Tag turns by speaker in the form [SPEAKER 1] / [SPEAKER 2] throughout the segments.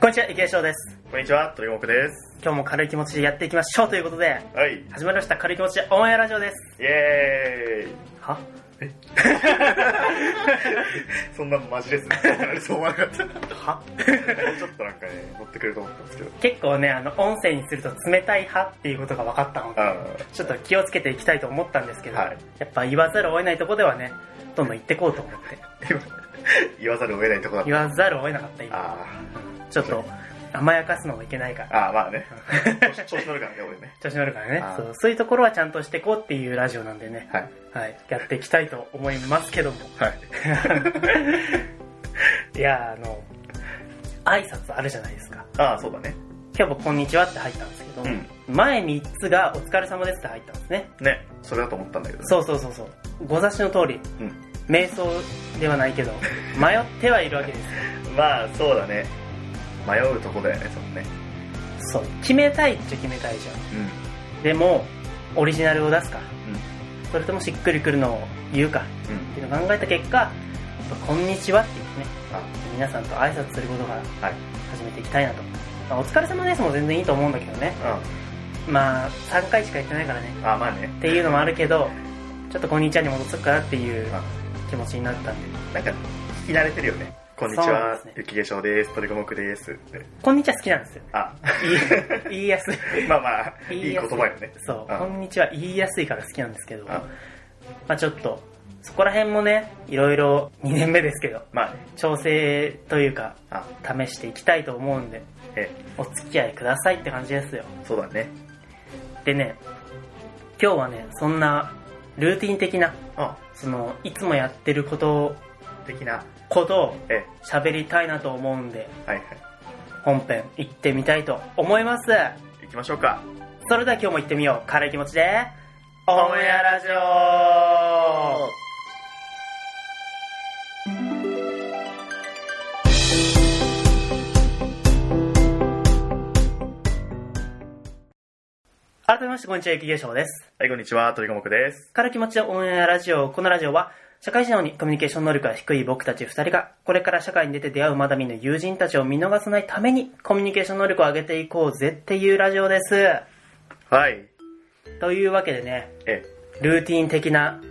[SPEAKER 1] こんにちは、池江翔です。
[SPEAKER 2] こんにちは、鳥国です。
[SPEAKER 1] 今日も軽い気持ちでやっていきましょうということで、
[SPEAKER 2] はい、イ
[SPEAKER 1] 始まりました軽い気持ちでオンエアラジオです。
[SPEAKER 2] エーイ
[SPEAKER 1] は
[SPEAKER 2] そんなマジですね。そう思わなかった。も
[SPEAKER 1] は
[SPEAKER 2] うちょっとなんかね、持ってくれると思ったんですけど。
[SPEAKER 1] 結構ね、あの、音声にすると冷たい派っていうことが分かったので、
[SPEAKER 2] あ
[SPEAKER 1] ちょっと気をつけていきたいと思ったんですけど、
[SPEAKER 2] はい
[SPEAKER 1] やっぱ言わざるを得ないとこではね、どんどん言ってこうと思って、
[SPEAKER 2] ー言わざるを得ないとこだった。
[SPEAKER 1] 言わざるを得なかった今。
[SPEAKER 2] あ
[SPEAKER 1] うんちょっと甘やかすのもいけないか
[SPEAKER 2] ー
[SPEAKER 1] ら。
[SPEAKER 2] あー、ま あね。調子乗るからね、俺ね。
[SPEAKER 1] 調子乗るからね
[SPEAKER 2] あ
[SPEAKER 1] そう。そういうところはちゃんとしていこうっていうラジオなんでね、
[SPEAKER 2] はい。
[SPEAKER 1] はい、やっていきたいと思いますけども。
[SPEAKER 2] はい。
[SPEAKER 1] いやあの挨拶あるじゃないですか
[SPEAKER 2] ああ、そうだね。
[SPEAKER 1] 今日僕「こんにちは」って入ったんですけど、
[SPEAKER 2] うん
[SPEAKER 1] 前に3つが「お疲れ様です」って入ったんですね
[SPEAKER 2] ね、それだと思ったんだけど。
[SPEAKER 1] そうそうそうそうご察しの通り
[SPEAKER 2] う。
[SPEAKER 1] 瞑想ではない けど迷ってはいるわけですよ
[SPEAKER 2] ん。まあ、そうだね。迷うとこだよね、そのね。
[SPEAKER 1] そう決めたいっちゃ決めたいじゃん
[SPEAKER 2] うん。
[SPEAKER 1] でもオリジナルを出すか
[SPEAKER 2] うん。
[SPEAKER 1] それともしっくりくるのを言うか
[SPEAKER 2] うん
[SPEAKER 1] っていうのを考えた結果「こんにちは」って言ってね
[SPEAKER 2] あ、
[SPEAKER 1] 皆さんと挨拶することから
[SPEAKER 2] はい。
[SPEAKER 1] 始めていきたいなとまあお疲れ様ですも全然いいと思うんだけどね
[SPEAKER 2] う
[SPEAKER 1] まあ3回しか言ってないからね
[SPEAKER 2] ん。あー、まあね。
[SPEAKER 1] っていうのもあるけどちょっとこんにちはに戻そうかなっていう
[SPEAKER 2] あ
[SPEAKER 1] 気持ちになったんで
[SPEAKER 2] なんか、聞き慣れてるよね。こんにち
[SPEAKER 1] そうなんで
[SPEAKER 2] は
[SPEAKER 1] すね、
[SPEAKER 2] 雪化粧です、鳥目ですって。
[SPEAKER 1] こんにちは好きなんですよ
[SPEAKER 2] あ、
[SPEAKER 1] 言い 言いやすい
[SPEAKER 2] まあまあ、 いい言葉よね。
[SPEAKER 1] そう
[SPEAKER 2] あ
[SPEAKER 1] こんにちは言いやすいから好きなんですけど
[SPEAKER 2] あ
[SPEAKER 1] まあちょっとそこら辺もねいろいろ2年目ですけど
[SPEAKER 2] まあね、
[SPEAKER 1] 調整というか
[SPEAKER 2] あ、
[SPEAKER 1] 試していきたいと思うんで
[SPEAKER 2] え、
[SPEAKER 1] お付き合いくださいって感じですよ
[SPEAKER 2] そうだね。
[SPEAKER 1] でね今日はねそんなルーティン的な
[SPEAKER 2] あ、
[SPEAKER 1] そのいつもやってること
[SPEAKER 2] 的な、
[SPEAKER 1] ことを
[SPEAKER 2] え、
[SPEAKER 1] 喋りたいなと思うんで
[SPEAKER 2] はいは
[SPEAKER 1] 本編行ってみたいと思います
[SPEAKER 2] い。行きましょうか。
[SPEAKER 1] それでは今日も行ってみよう軽い気持ちでオンエアラジオ改めましてこんにちは雪化粧です
[SPEAKER 2] はい、こんにちは、鳥目です。
[SPEAKER 1] 軽い気持ちでオンエアラジオこのラジオは社会人なのにコミュニケーション能力が低い僕たち二人がこれから社会に出て出会うまだ見ぬ友人たちを見逃さないためにコミュニケーション能力を上げていこうぜっていうラジオです
[SPEAKER 2] はい。
[SPEAKER 1] というわけでね
[SPEAKER 2] え、
[SPEAKER 1] ルーティン的な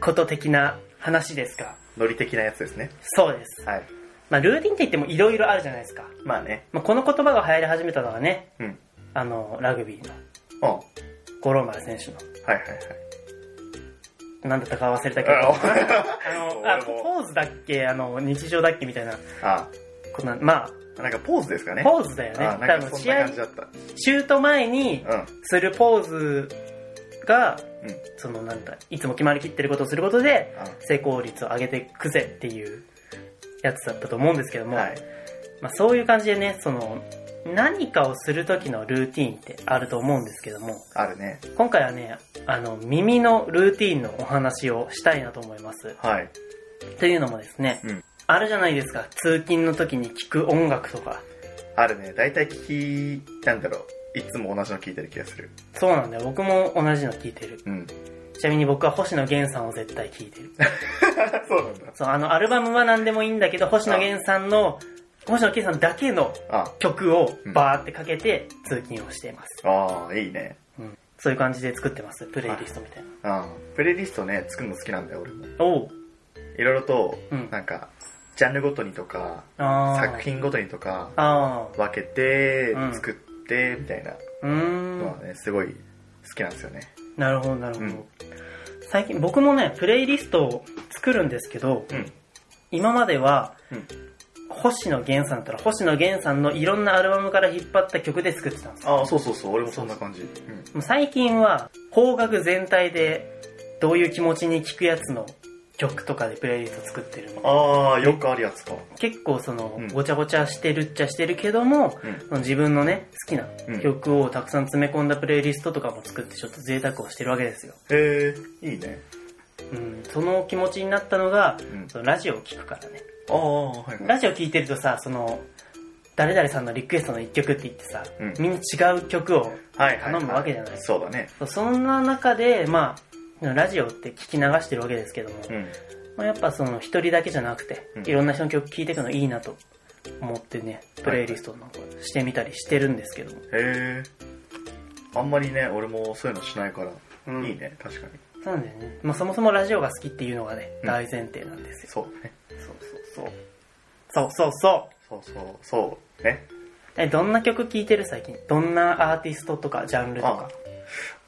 [SPEAKER 1] こと的な話ですか
[SPEAKER 2] ノリ的なやつですね。
[SPEAKER 1] そうです、
[SPEAKER 2] はい。
[SPEAKER 1] まあ、ルーティンって言ってもいろいろあるじゃないですか、
[SPEAKER 2] まあね。
[SPEAKER 1] まあ、この言葉が流行り始めたのはね
[SPEAKER 2] うん。
[SPEAKER 1] あのラグビーの
[SPEAKER 2] うん。はい
[SPEAKER 1] 五郎丸選手の
[SPEAKER 2] はいはい。
[SPEAKER 1] 何だったか忘れたけど
[SPEAKER 2] あ
[SPEAKER 1] あ
[SPEAKER 2] お
[SPEAKER 1] のあ
[SPEAKER 2] 俺も
[SPEAKER 1] ポーズだっけあの日常だっけみたいな
[SPEAKER 2] あ、
[SPEAKER 1] ことなんま
[SPEAKER 2] なんかポーズですか
[SPEAKER 1] あ
[SPEAKER 2] ね。
[SPEAKER 1] ポーズだよね
[SPEAKER 2] あ、な
[SPEAKER 1] 多
[SPEAKER 2] んか
[SPEAKER 1] 分
[SPEAKER 2] そん
[SPEAKER 1] 試
[SPEAKER 2] な
[SPEAKER 1] 合
[SPEAKER 2] 感じだった。
[SPEAKER 1] シュート前に
[SPEAKER 2] うん。
[SPEAKER 1] するポーズが
[SPEAKER 2] うん。
[SPEAKER 1] そのなんだいつも決まりきってることをすることで
[SPEAKER 2] あ
[SPEAKER 1] 成功率を上げていくぜっていうやつだったと思うんですけども、
[SPEAKER 2] はい。
[SPEAKER 1] まあ、そういう感じでねその何かをする時のルーティーンってあると思うんですけども
[SPEAKER 2] あるね。
[SPEAKER 1] 今回はねあの耳のルーティーンのお話をしたいなと思います
[SPEAKER 2] はい。
[SPEAKER 1] というのもですね、
[SPEAKER 2] うん
[SPEAKER 1] あるじゃないですか通勤の時に聞く音楽とか
[SPEAKER 2] あるね。大体聞き、なんだろう。いつも同じの聞いてる気がする。
[SPEAKER 1] そうなんだよ僕も同じの聞いてる
[SPEAKER 2] うん。
[SPEAKER 1] ちなみに僕は星野源さんを絶対聞いてる
[SPEAKER 2] そうなんだ。
[SPEAKER 1] そうあのアルバムは何でもいいんだけど星野源さんの星野源さんだけの
[SPEAKER 2] あ、
[SPEAKER 1] 曲をバーってかけて通勤をしています、
[SPEAKER 2] ああ、いいね。
[SPEAKER 1] うん、そういう感じで作ってますプレイリストみたいな、
[SPEAKER 2] あープレイリストね、作るの好きなんだよ、俺も。
[SPEAKER 1] おう
[SPEAKER 2] いろいろと、
[SPEAKER 1] うん
[SPEAKER 2] なんか、ジャンルごとにとか、
[SPEAKER 1] あー
[SPEAKER 2] 作品ごとにとか、
[SPEAKER 1] ああ
[SPEAKER 2] 分けて
[SPEAKER 1] うん、
[SPEAKER 2] 作って、みたいな
[SPEAKER 1] うーん
[SPEAKER 2] のはね、すごい好きなんですよね。
[SPEAKER 1] なるほどなるほど、
[SPEAKER 2] うん
[SPEAKER 1] 最近僕もねプレイリストを作るんですけど
[SPEAKER 2] うん。
[SPEAKER 1] 今までは、
[SPEAKER 2] うん
[SPEAKER 1] 星野源さんだったら星野源さんのいろんなアルバムから引っ張った曲で作ってたんですよ
[SPEAKER 2] ああ、そうそうそう、俺もそんな感じ。うん。
[SPEAKER 1] もう最近は邦楽全体でどういう気持ちに聴くやつの曲とかでプレイリスト作ってるんで
[SPEAKER 2] ああ、よくあるやつか。
[SPEAKER 1] 結構その
[SPEAKER 2] うん
[SPEAKER 1] ごちゃごちゃしてるっちゃしてるけども、
[SPEAKER 2] うん
[SPEAKER 1] その自分のね好きな
[SPEAKER 2] うん
[SPEAKER 1] 曲をたくさん詰め込んだプレイリストとかも作ってちょっと贅沢をしてるわけですよ、
[SPEAKER 2] へえ、いいね。
[SPEAKER 1] うん、その気持ちになったのが、
[SPEAKER 2] ん
[SPEAKER 1] そのラジオを聴くからね
[SPEAKER 2] ああ、はいはい。
[SPEAKER 1] ラジオ聴いてるとさその誰々さんのリクエストの1曲って言ってさ、
[SPEAKER 2] うん
[SPEAKER 1] みんな違う曲を
[SPEAKER 2] はいはいはい
[SPEAKER 1] 頼むわけじゃない
[SPEAKER 2] そうだね。
[SPEAKER 1] そんな中でまあラジオって聞き流してるわけですけども、
[SPEAKER 2] うん。
[SPEAKER 1] まあ、やっぱその一人だけじゃなくて、
[SPEAKER 2] うん
[SPEAKER 1] いろんな人の曲聴いていくのいいなと思ってね、プレイリストなんかしてみたりしてるんですけども。
[SPEAKER 2] へえあんまりね俺もそういうのしないから、
[SPEAKER 1] うん
[SPEAKER 2] いいね確かに
[SPEAKER 1] なんでね、まあ、そもそもラジオが好きっていうのがね、
[SPEAKER 2] うん
[SPEAKER 1] 大前提なんですよ。
[SPEAKER 2] そうね
[SPEAKER 1] そうそうそう。そうそうそ
[SPEAKER 2] そうそうそうね
[SPEAKER 1] う。え、どんな曲聴いてる最近どんなアーティストとかジャンルとか。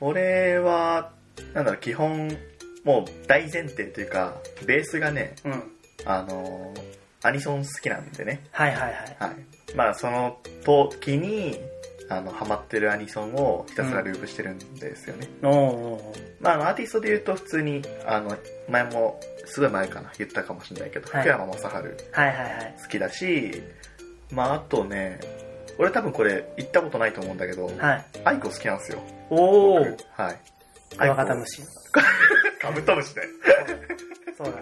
[SPEAKER 2] 俺はなんだろう基本もう大前提というかベースがね
[SPEAKER 1] うん。
[SPEAKER 2] あのーアニソン好きなんでね
[SPEAKER 1] はいはいはい。
[SPEAKER 2] はいまあその時にあのハマってるアニソンをひたすらループしてるんですよね、
[SPEAKER 1] おーおー
[SPEAKER 2] まああのアーティストで言うと普通にあの前もすごい前かな言ったかもしれないけど、
[SPEAKER 1] はい
[SPEAKER 2] 福山雅治
[SPEAKER 1] おーはいはいはい。
[SPEAKER 2] 好きだしまああとね俺多分これ行ったことないと思うんだけど、
[SPEAKER 1] はい。
[SPEAKER 2] アイコ好きなんですよ
[SPEAKER 1] お
[SPEAKER 2] 僕
[SPEAKER 1] ー。
[SPEAKER 2] はい
[SPEAKER 1] クワガタムシ。
[SPEAKER 2] カブトムシね
[SPEAKER 1] そうだ。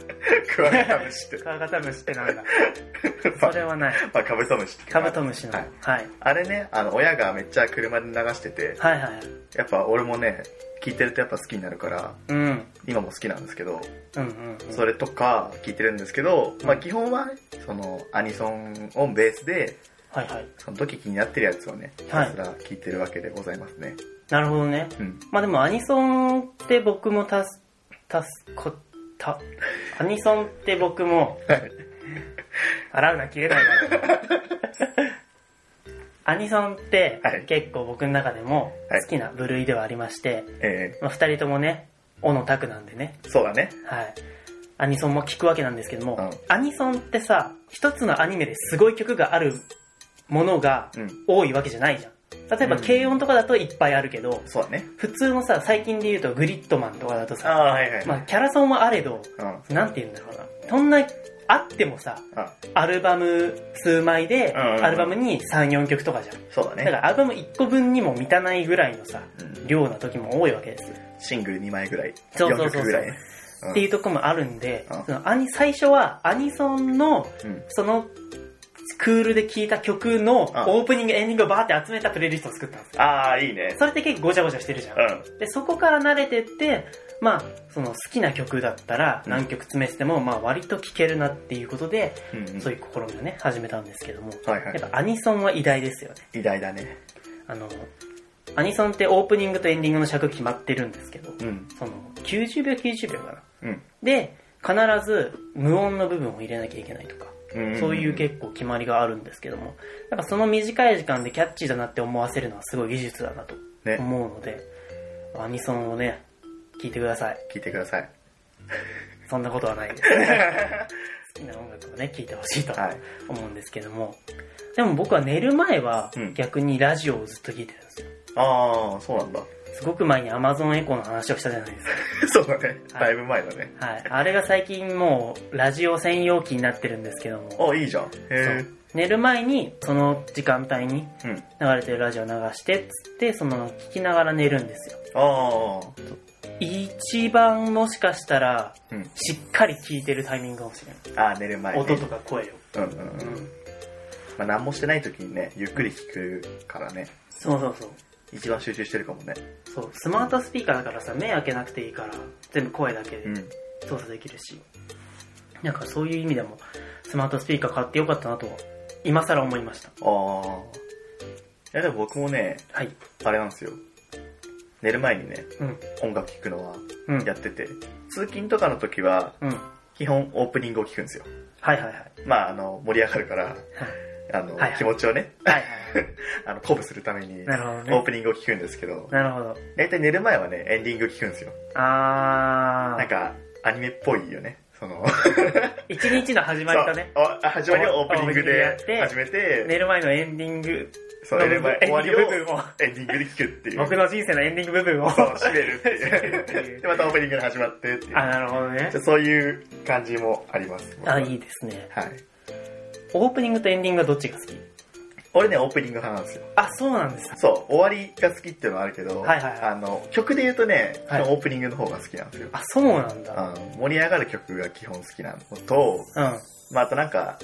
[SPEAKER 2] クワガタムシ って
[SPEAKER 1] クワガタムシってなんだ。
[SPEAKER 2] ま
[SPEAKER 1] そ
[SPEAKER 2] あ
[SPEAKER 1] れはない。
[SPEAKER 2] まあカブトムシって
[SPEAKER 1] カブトムシの。
[SPEAKER 2] は
[SPEAKER 1] はいい。
[SPEAKER 2] あれねあの親がめっちゃ車で流してて
[SPEAKER 1] はいはい。
[SPEAKER 2] やっぱ俺もね聞いてるとやっぱ好きになるから
[SPEAKER 1] うん。うん
[SPEAKER 2] 今も好きなんですけど
[SPEAKER 1] うんうん。
[SPEAKER 2] それとか聞いてるんですけど、まあ基本はねそのアニソンをベースで
[SPEAKER 1] はいはい。
[SPEAKER 2] その時気になってるやつをねひ
[SPEAKER 1] はい
[SPEAKER 2] たすら聞いてるわけでございますね、
[SPEAKER 1] なるほどね。
[SPEAKER 2] うん
[SPEAKER 1] まあでもアニソンって僕もたす、たす、こ、た、アニソンって僕も、洗うな切れないな。 アニソンって
[SPEAKER 2] はい
[SPEAKER 1] 結構僕の中でも好きな部類ではありまして、
[SPEAKER 2] え
[SPEAKER 1] まあ二人ともね、小野拓なんでね、
[SPEAKER 2] ー、そうだね
[SPEAKER 1] はい。アニソンも聞くわけなんですけども、
[SPEAKER 2] うん
[SPEAKER 1] アニソンってさ、一つのアニメですごい曲があるものが
[SPEAKER 2] うん
[SPEAKER 1] 多いわけじゃないじゃん。例えば
[SPEAKER 2] うん
[SPEAKER 1] 軽音とかだといっぱいあるけど、
[SPEAKER 2] そうだね
[SPEAKER 1] 普通のさ、最近で言うとグリッドマンとかだとさ、
[SPEAKER 2] ああはいはい、
[SPEAKER 1] まあキャラソンはあれど、なんて言うんだろうな。そんな、あってもさ、
[SPEAKER 2] うんあ
[SPEAKER 1] アルバム数枚で、
[SPEAKER 2] うんうんうん
[SPEAKER 1] アルバムに3、4曲とかじゃん。
[SPEAKER 2] そうだね
[SPEAKER 1] だからアルバム1個分にも満たないぐらいのさ、
[SPEAKER 2] うん
[SPEAKER 1] 量な時も多いわけですよ。
[SPEAKER 2] シングル2枚ぐらい
[SPEAKER 1] そうそうそうそう
[SPEAKER 2] 4曲ぐらいね
[SPEAKER 1] っていうとこもあるんで
[SPEAKER 2] うん、
[SPEAKER 1] そのアニ最初はアニソンの、
[SPEAKER 2] うん
[SPEAKER 1] その、クールで聴いた曲のオ
[SPEAKER 2] ん
[SPEAKER 1] ープニング、エンディングをバーって集めたプレイリストを作ったんですよ。
[SPEAKER 2] ああいいね
[SPEAKER 1] それって結構ごちゃごちゃしてるじゃん
[SPEAKER 2] う。ん
[SPEAKER 1] で、そこから慣れてって、まあ、その好きな曲だったら
[SPEAKER 2] うん
[SPEAKER 1] 何曲詰めてても、まあ割と聴けるなっていうことで、
[SPEAKER 2] うんうん
[SPEAKER 1] そういう試みをね、始めたんですけども、
[SPEAKER 2] はいは
[SPEAKER 1] やっ
[SPEAKER 2] い
[SPEAKER 1] ぱアニソンは偉大ですよね。
[SPEAKER 2] 偉大だね
[SPEAKER 1] あの、アニソンってオープニングとエンディングの尺決まってるんですけど、
[SPEAKER 2] うん
[SPEAKER 1] その、90秒90秒かな。
[SPEAKER 2] うん
[SPEAKER 1] で、必ず無音の部分を入れなきゃいけないとか、そういう結構決まりがあるんですけども、やっぱその短い時間でキャッチーだなって思わせるのはすごい技術だなと
[SPEAKER 2] ね
[SPEAKER 1] 思うので、アニソンをね、聞いてください。
[SPEAKER 2] 聞いてください
[SPEAKER 1] そんなことはない です。好きな音楽をね、聞いてほしいと
[SPEAKER 2] はい
[SPEAKER 1] 思うんですけども、でも僕は寝る前は
[SPEAKER 2] うん
[SPEAKER 1] 逆にラジオをずっと聞いてるんですよ。
[SPEAKER 2] ああそうなんだ
[SPEAKER 1] すごく前に Amazon エコーの話をしたじゃないです
[SPEAKER 2] そうだね
[SPEAKER 1] はい
[SPEAKER 2] だいぶ前だね
[SPEAKER 1] か。はい。あれが最近もうラジオ専用機になってるんですけども、
[SPEAKER 2] あいいじゃんへえ
[SPEAKER 1] そう寝る前にその時間帯に
[SPEAKER 2] うん
[SPEAKER 1] 流れてるラジオ流してっつってその聞きながら寝るんですよ
[SPEAKER 2] ああ
[SPEAKER 1] 一番もしかしたら
[SPEAKER 2] うん
[SPEAKER 1] しっかり聞いてるタイミングかもしれない、
[SPEAKER 2] ああ寝る前ね
[SPEAKER 1] 音とか声を、
[SPEAKER 2] うんうんうん
[SPEAKER 1] うん、
[SPEAKER 2] まあ何もしてない時にねゆっくり聞くからね
[SPEAKER 1] そうそうそう
[SPEAKER 2] 一番集中してるかもね
[SPEAKER 1] そうスマートスピーカーだからさ目開けなくていいから全部声だけ
[SPEAKER 2] う
[SPEAKER 1] で
[SPEAKER 2] ん
[SPEAKER 1] 操作できるし、なんかそういう意味でもスマートスピーカー買ってよかったなと今更思いました
[SPEAKER 2] ああいやでも僕もね
[SPEAKER 1] はい
[SPEAKER 2] あれなんですよ寝る前にね
[SPEAKER 1] うん
[SPEAKER 2] 音楽聴くのは
[SPEAKER 1] うん
[SPEAKER 2] やってて通勤とかの時は
[SPEAKER 1] うん
[SPEAKER 2] 基本オープニングを聞くんですよ
[SPEAKER 1] はいはいはいはい
[SPEAKER 2] まああの盛り上がるからあの、
[SPEAKER 1] はいはい
[SPEAKER 2] 気持ちをね
[SPEAKER 1] はい
[SPEAKER 2] あの鼓舞するために
[SPEAKER 1] なるほど
[SPEAKER 2] オー
[SPEAKER 1] ね
[SPEAKER 2] プニングを聞くんですけど
[SPEAKER 1] なるほど
[SPEAKER 2] 大体寝る前はねエンディングを聞くんですよ
[SPEAKER 1] あー
[SPEAKER 2] なんかアニメっぽいよねその
[SPEAKER 1] 一日の始まりとね、
[SPEAKER 2] そうお始まりをオープニング
[SPEAKER 1] オープニング
[SPEAKER 2] で
[SPEAKER 1] でやって
[SPEAKER 2] 始めて
[SPEAKER 1] 寝る前のエンディング、
[SPEAKER 2] そう寝る前
[SPEAKER 1] エン
[SPEAKER 2] 終
[SPEAKER 1] ディ
[SPEAKER 2] わ
[SPEAKER 1] ング
[SPEAKER 2] りを
[SPEAKER 1] 部分を、
[SPEAKER 2] エンディングで聞くっていう
[SPEAKER 1] 僕の人生のエンディング部分を。
[SPEAKER 2] そう締めるって
[SPEAKER 1] 締めるってい
[SPEAKER 2] いううでまたオープニングが始まってっていう
[SPEAKER 1] あ、なるほどね
[SPEAKER 2] じゃ。あそういう感じもあります僕は
[SPEAKER 1] あ、いいですね。
[SPEAKER 2] はい
[SPEAKER 1] オープニングとエンディングはどっちが好き
[SPEAKER 2] 俺ねオープニング派なんですよ
[SPEAKER 1] あ、そうなんです。
[SPEAKER 2] そう終わりが好きっていうのはあるけど、
[SPEAKER 1] はいはいはい
[SPEAKER 2] あの曲で言うとね、
[SPEAKER 1] はい
[SPEAKER 2] オープニングの方が好きなんですよ
[SPEAKER 1] あ、そうなんだ。
[SPEAKER 2] あの盛り上がる曲が基本好きなのと、
[SPEAKER 1] うん。
[SPEAKER 2] まあ、あとなんか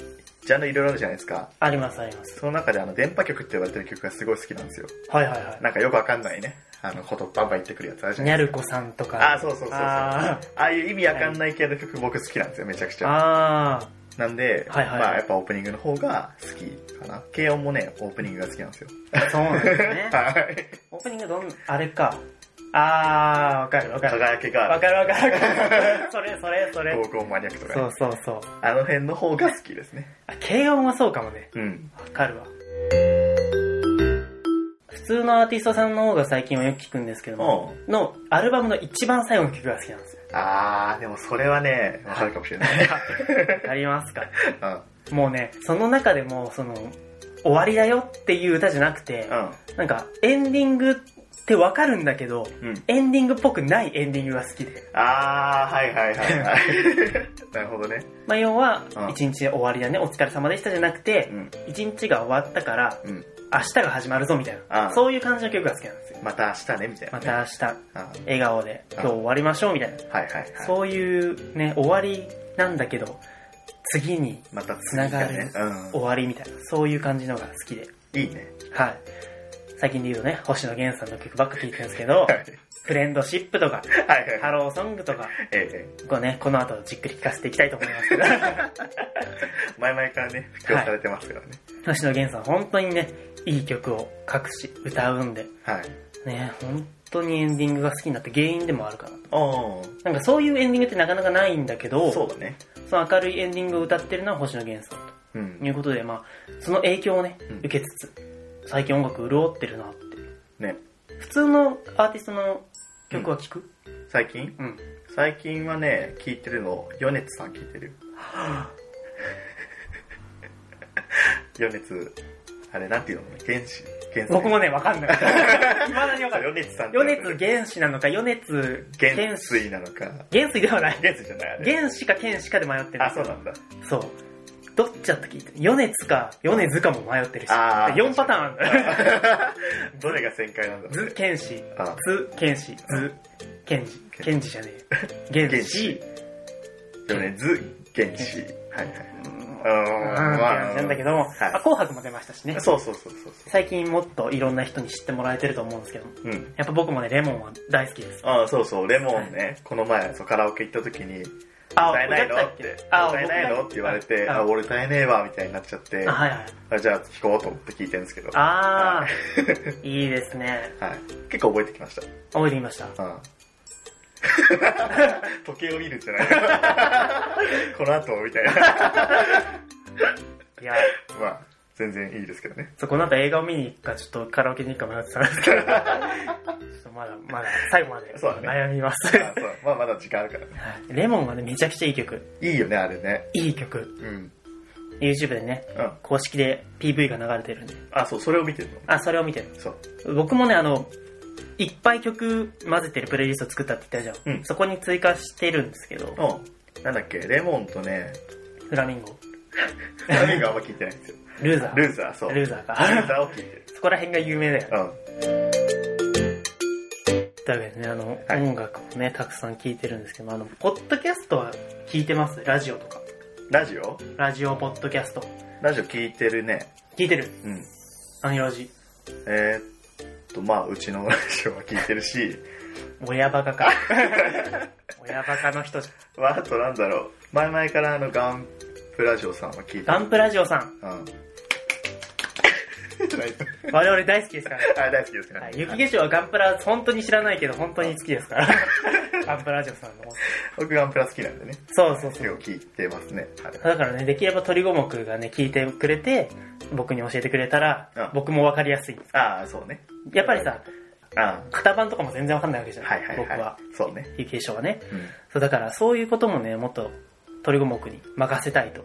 [SPEAKER 2] ジャンルいろいろあるじゃないですか
[SPEAKER 1] ありますあります。
[SPEAKER 2] その中であの電波曲って呼ばれてる曲がすごい好きなんですよ
[SPEAKER 1] はいはいは
[SPEAKER 2] なんかよくわかんないねあのことバンバン言ってくるやつある
[SPEAKER 1] い。
[SPEAKER 2] じゃ
[SPEAKER 1] に
[SPEAKER 2] な
[SPEAKER 1] ゃ
[SPEAKER 2] いです
[SPEAKER 1] るこさんと
[SPEAKER 2] かあ
[SPEAKER 1] か。
[SPEAKER 2] そうそうそうそうあ
[SPEAKER 1] あ
[SPEAKER 2] あいう意味わかんない系の曲僕好きなんですよめちゃくち
[SPEAKER 1] ー
[SPEAKER 2] ゃ
[SPEAKER 1] あ
[SPEAKER 2] なんで、
[SPEAKER 1] はいはい
[SPEAKER 2] まあやっぱオープニングの方が好きかな。軽音もね、オープニングが好きなんですよ。
[SPEAKER 1] そうなんです ね。
[SPEAKER 2] はい。
[SPEAKER 1] オープニングどん、あれか。あー、わかるわかる。
[SPEAKER 2] 輝け
[SPEAKER 1] わ
[SPEAKER 2] が、
[SPEAKER 1] かるわかるわか る。それそれそれ。
[SPEAKER 2] 高校マニアックとか
[SPEAKER 1] そ
[SPEAKER 2] ね、
[SPEAKER 1] うそうそう。
[SPEAKER 2] あの辺の方が好きですね。
[SPEAKER 1] あ、軽音はそうかもね。
[SPEAKER 2] うん。
[SPEAKER 1] わかるわ。普通のアーティストさんの方が最近はよく聞くんですけども、
[SPEAKER 2] うん
[SPEAKER 1] のアルバムの一番最後の曲が好きなん ですよ。
[SPEAKER 2] あー、でもそれはね、わかるかもしれない。
[SPEAKER 1] ありますか
[SPEAKER 2] うん。
[SPEAKER 1] もうね、その中でも、その、終わりだよっていう歌じゃなくて、なんか、エンディングってわかるんだけど、
[SPEAKER 2] うん。うん。
[SPEAKER 1] エンディングっぽくないエンディングが好きで。
[SPEAKER 2] あー、はいはいはい はい。なるほどね。
[SPEAKER 1] まあ、要は
[SPEAKER 2] う、ん
[SPEAKER 1] 一日終わりだね、お疲れ様でしたじゃなくて
[SPEAKER 2] う、ん。
[SPEAKER 1] 一日が終わったから、
[SPEAKER 2] うん。
[SPEAKER 1] 明日が始まるぞみたい
[SPEAKER 2] あ
[SPEAKER 1] な、そういう感じの曲が好きなんですよ。
[SPEAKER 2] また明日ね、みたいな
[SPEAKER 1] ま
[SPEAKER 2] ね、
[SPEAKER 1] た明日、
[SPEAKER 2] あ
[SPEAKER 1] 笑顔で今日終わりましょうみたいな。
[SPEAKER 2] ーはいはいはい。
[SPEAKER 1] そういうね、終わりなんだけど、次に
[SPEAKER 2] また次がね
[SPEAKER 1] つ。
[SPEAKER 2] う
[SPEAKER 1] 終わりみたいな、そういう感じのが好きで。
[SPEAKER 2] ん。いいね。
[SPEAKER 1] はい。最近で言うとね、星野源さんの曲ばっか聴いてるんですけど
[SPEAKER 2] は、い
[SPEAKER 1] フレンドシップとか、
[SPEAKER 2] はいはい。
[SPEAKER 1] ハローソングとか、
[SPEAKER 2] ええ。
[SPEAKER 1] こうね、この後じっくり聴かせていきたいと思いますけ ど、
[SPEAKER 2] 前々からね、布教されてますからね。
[SPEAKER 1] 星野源さん本当にね、いい曲を書くし、歌うんで、
[SPEAKER 2] はい。
[SPEAKER 1] ね、本当にエンディングが好きになった原因でもあるかなと。
[SPEAKER 2] おー。
[SPEAKER 1] なんかそういうエンディングってなかなかないんだけど、
[SPEAKER 2] そうだね。
[SPEAKER 1] その明るいエンディングを歌ってるのは星野源さん
[SPEAKER 2] う
[SPEAKER 1] と
[SPEAKER 2] ん。
[SPEAKER 1] いうことで、まあ、その影響をね
[SPEAKER 2] うん、
[SPEAKER 1] 受けつつ、最近音楽潤ってるなって。
[SPEAKER 2] ね。
[SPEAKER 1] 普通のアーティストの曲は聴く、
[SPEAKER 2] 最近
[SPEAKER 1] うん
[SPEAKER 2] 最近はね、聞いてるの、ヨネツさん聞いてるよ。 ヨネツ、あれなんていうの原子原子
[SPEAKER 1] 僕もね、わかん ない。未だにわかんない。
[SPEAKER 2] ヨネツさん
[SPEAKER 1] 余熱原子なのか、余熱
[SPEAKER 2] 原
[SPEAKER 1] 子。
[SPEAKER 2] 水なのか。
[SPEAKER 1] 原水ではない。
[SPEAKER 2] 原水じゃないあれ。
[SPEAKER 1] 原子か剣子かで迷ってる。
[SPEAKER 2] あ、そうなん だ。
[SPEAKER 1] そう。どっちだったっけ余熱か、余熱かも迷ってるし。
[SPEAKER 2] あー
[SPEAKER 1] 4パターンあるんだよ。
[SPEAKER 2] どれが旋回なんだろう
[SPEAKER 1] 図
[SPEAKER 2] ね。
[SPEAKER 1] 剣士
[SPEAKER 2] あ
[SPEAKER 1] 図剣士図剣士剣士じゃねえよ。原
[SPEAKER 2] 原
[SPEAKER 1] 子
[SPEAKER 2] 子。米津原子。はいはい。
[SPEAKER 1] うん、
[SPEAKER 2] あーまあ
[SPEAKER 1] なんだけども、
[SPEAKER 2] はい
[SPEAKER 1] あ紅白も出ましたしね。
[SPEAKER 2] そうそうそうそうそ
[SPEAKER 1] 最近もっといろんな人に知ってもらえてると思うんですけども、
[SPEAKER 2] う。うん。
[SPEAKER 1] やっぱ僕もね、レモンは大好きです。
[SPEAKER 2] あそうそう、レモンね、この前、そう、カラオケ行った時に、
[SPEAKER 1] あ
[SPEAKER 2] 歌えないの
[SPEAKER 1] 歌っ
[SPEAKER 2] った
[SPEAKER 1] っけ
[SPEAKER 2] て、
[SPEAKER 1] あ
[SPEAKER 2] 歌えないのって言われて、
[SPEAKER 1] あ
[SPEAKER 2] あ、俺歌えねえわ、みたいになっちゃって
[SPEAKER 1] あ、はいはい。
[SPEAKER 2] あじゃあ聞こうと思って聞いてるんですけど、は
[SPEAKER 1] あー、いいですね。
[SPEAKER 2] い。結構覚えてきまし
[SPEAKER 1] 覚えてきました。
[SPEAKER 2] た。うん 時計を見るんじゃない この後、みたいな。
[SPEAKER 1] いや、
[SPEAKER 2] まあ、全然いいですけどね。
[SPEAKER 1] そうこの後映画を見に行くか、ちょっとカラオケに行くか迷ってたんですけ ど、ちょっとまだ、まだ、最後まで
[SPEAKER 2] そうだね
[SPEAKER 1] 悩みます。
[SPEAKER 2] あそうまあ、まだ時間あるからね。
[SPEAKER 1] はいレモンはね、めちゃくちゃいい曲。
[SPEAKER 2] いいよね、あれね。
[SPEAKER 1] いい曲。
[SPEAKER 2] うん。
[SPEAKER 1] YouTube でね、
[SPEAKER 2] うん。
[SPEAKER 1] 公式で PV が流れてるんで。
[SPEAKER 2] あ、そう、それを見てるの。
[SPEAKER 1] あ、それを見てる。
[SPEAKER 2] そう。
[SPEAKER 1] 僕もね、あの、いっぱい曲混ぜてるプレイリスト作ったって言ったじゃん。
[SPEAKER 2] うん
[SPEAKER 1] そこに追加してるんですけど、
[SPEAKER 2] うん。なんだっけ、レモンとね、
[SPEAKER 1] フラミンゴ、
[SPEAKER 2] 何があんま聞いてない んですよ。
[SPEAKER 1] ルーザー。
[SPEAKER 2] ルーザー、そう。
[SPEAKER 1] ル
[SPEAKER 2] ル
[SPEAKER 1] ーザー
[SPEAKER 2] ー
[SPEAKER 1] か。
[SPEAKER 2] ザーを聞いてる。
[SPEAKER 1] そこら辺が有名だよね
[SPEAKER 2] うん。
[SPEAKER 1] だけどね、あの、
[SPEAKER 2] はい
[SPEAKER 1] 音楽をね、たくさん聴いてるんですけど、あの、ポッドキャストは聞いてますラジオとか。
[SPEAKER 2] ラジオ
[SPEAKER 1] ラジオ、ポッドキャスト。
[SPEAKER 2] ラジオ聞いてるね。
[SPEAKER 1] 聞いてる
[SPEAKER 2] うん。
[SPEAKER 1] あの用事。
[SPEAKER 2] えー、っと、まあ、うちのラジオは聞いてるし、
[SPEAKER 1] 親バカか。親バカの人じ
[SPEAKER 2] まあ、あとなんだろう。前々からあの、ガンプラジオさんは聞いて
[SPEAKER 1] ゃん。
[SPEAKER 2] る。
[SPEAKER 1] ガンプラジオさん。
[SPEAKER 2] うん。
[SPEAKER 1] 我々大好きですからね。
[SPEAKER 2] あ、大好きですね。
[SPEAKER 1] はい、雪化粧はガンプラ、本当に知らないけど、本当に好きです から。ガンプラジオさんの。
[SPEAKER 2] 僕ガンプラ好きなんでね。
[SPEAKER 1] そうそうそ
[SPEAKER 2] 結
[SPEAKER 1] う。
[SPEAKER 2] 構聞いてますね。あれ
[SPEAKER 1] だからね、できれば鳥五目がね、聞いてくれて、僕に教えてくれたら
[SPEAKER 2] あ、
[SPEAKER 1] 僕もわかりやすいんです。
[SPEAKER 2] ああ、そうね。
[SPEAKER 1] やっぱりさ、
[SPEAKER 2] あ
[SPEAKER 1] 型番とかも全然わかんないわけじゃ
[SPEAKER 2] あ、
[SPEAKER 1] な
[SPEAKER 2] はい
[SPEAKER 1] い、
[SPEAKER 2] はいはい。
[SPEAKER 1] 僕は。
[SPEAKER 2] そうね。
[SPEAKER 1] 雪化粧はね。
[SPEAKER 2] うん。
[SPEAKER 1] そうだからそういうこともねもっと鳥五目に任せたいと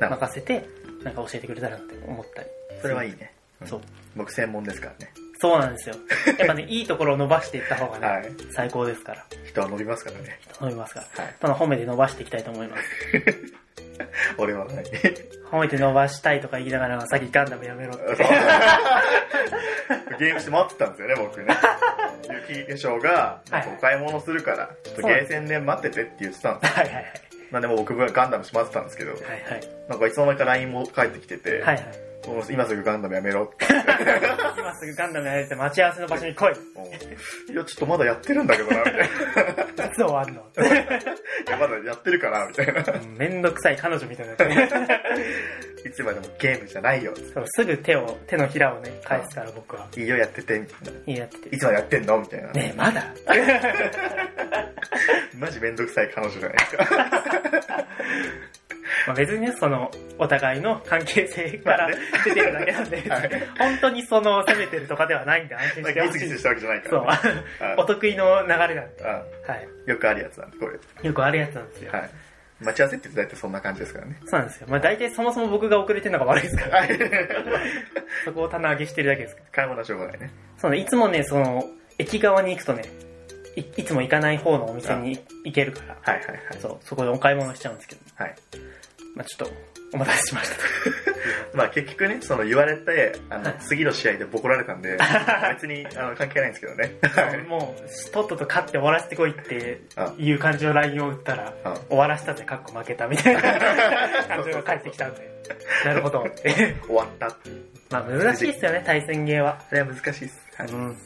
[SPEAKER 2] なるほど
[SPEAKER 1] 任せてなんか教えてくれたらなって思ったり
[SPEAKER 2] それはいいね。うん
[SPEAKER 1] そう
[SPEAKER 2] 僕専門ですからね。
[SPEAKER 1] そうなんですよやっ ぱねいいところを伸ばしていった方がね、
[SPEAKER 2] はい
[SPEAKER 1] 最高ですから
[SPEAKER 2] 人は伸びますからね。
[SPEAKER 1] 伸びますから
[SPEAKER 2] はい。
[SPEAKER 1] その褒めて伸ばしていきたいと思い ます
[SPEAKER 2] 俺はない。
[SPEAKER 1] 褒めて伸ばしたいとか言いながらさっきガンダムやめ ろって
[SPEAKER 2] ゲームして待ってたんですよね、僕ね。雪化粧が、
[SPEAKER 1] はい
[SPEAKER 2] お買い物するから、ちょっとゲーセンで待っててって言ってたんです
[SPEAKER 1] は
[SPEAKER 2] よ。
[SPEAKER 1] いはいはい
[SPEAKER 2] なんでもう僕がガンダムしまってたんですけど、
[SPEAKER 1] はいはい
[SPEAKER 2] なんかいつの間にか LINE も返ってきてて、
[SPEAKER 1] はいはい
[SPEAKER 2] もう今すぐガンダムやめろって。
[SPEAKER 1] 今すぐガンダムやれて待ち合わせの場所に来い。い
[SPEAKER 2] もういや、ちょっとまだやってるんだけどな、みたい な。い
[SPEAKER 1] つ終わんの
[SPEAKER 2] や、まだやってるから、みたいな。
[SPEAKER 1] うんめんどくさい彼女みたいな。
[SPEAKER 2] いつまでもゲームじゃないよ。
[SPEAKER 1] そうすぐ手を、手のひらをね、返すから僕は。
[SPEAKER 2] いいよ、やってて、みたいな。
[SPEAKER 1] いいやってて。
[SPEAKER 2] いつまでやってんのみたいな。
[SPEAKER 1] ねえ、まだ
[SPEAKER 2] マジめんどくさい彼女じゃないで すか。
[SPEAKER 1] まあ、別にね、その、お互いの関係性から
[SPEAKER 2] まあ
[SPEAKER 1] 出てるだけなんで、
[SPEAKER 2] はい
[SPEAKER 1] 本当にその、責めてるとかではないんで、安心して
[SPEAKER 2] ギ
[SPEAKER 1] ほ
[SPEAKER 2] ス
[SPEAKER 1] し
[SPEAKER 2] ギ
[SPEAKER 1] い
[SPEAKER 2] ス。したわけじゃないか
[SPEAKER 1] そ
[SPEAKER 2] ら
[SPEAKER 1] う
[SPEAKER 2] ね。。
[SPEAKER 1] お得意の流れなんで。
[SPEAKER 2] あ
[SPEAKER 1] はい。
[SPEAKER 2] あよくあるやつなんで、これ。
[SPEAKER 1] よくあるやつなんですよ。
[SPEAKER 2] はい。待ち合わせって大体そんな感じですからね。
[SPEAKER 1] そうなんですよ。まあ大体そもそも僕が遅れてるのが悪いですから、そこを棚上げしてるだけですから。
[SPEAKER 2] 買い物はしょうがないね。
[SPEAKER 1] そうねいつもね、その、駅側に行くとね、いいつも行かない方のお店に行けるから、
[SPEAKER 2] はいはいはい。
[SPEAKER 1] そう、そこでお買い物しちゃうんですけど、
[SPEAKER 2] はい。
[SPEAKER 1] まあちょっと、お待たせしましたと。
[SPEAKER 2] まあ結局ね、その言われて、あ
[SPEAKER 1] はい
[SPEAKER 2] の、次の試合でボコられたん で、別にあの関係ないんですけどね。
[SPEAKER 1] もう、とっとと勝って終わらせてこいって
[SPEAKER 2] あ
[SPEAKER 1] いう感じのラインを打ったら、
[SPEAKER 2] あ
[SPEAKER 1] 終わらせたぜ、かっこ負けたみたい な感じが返ってきたんで。 なるほど。
[SPEAKER 2] 終わったっていう。
[SPEAKER 1] まあ難しいですよね、対戦ゲーは。
[SPEAKER 2] あれは難しいです。はい
[SPEAKER 1] うん。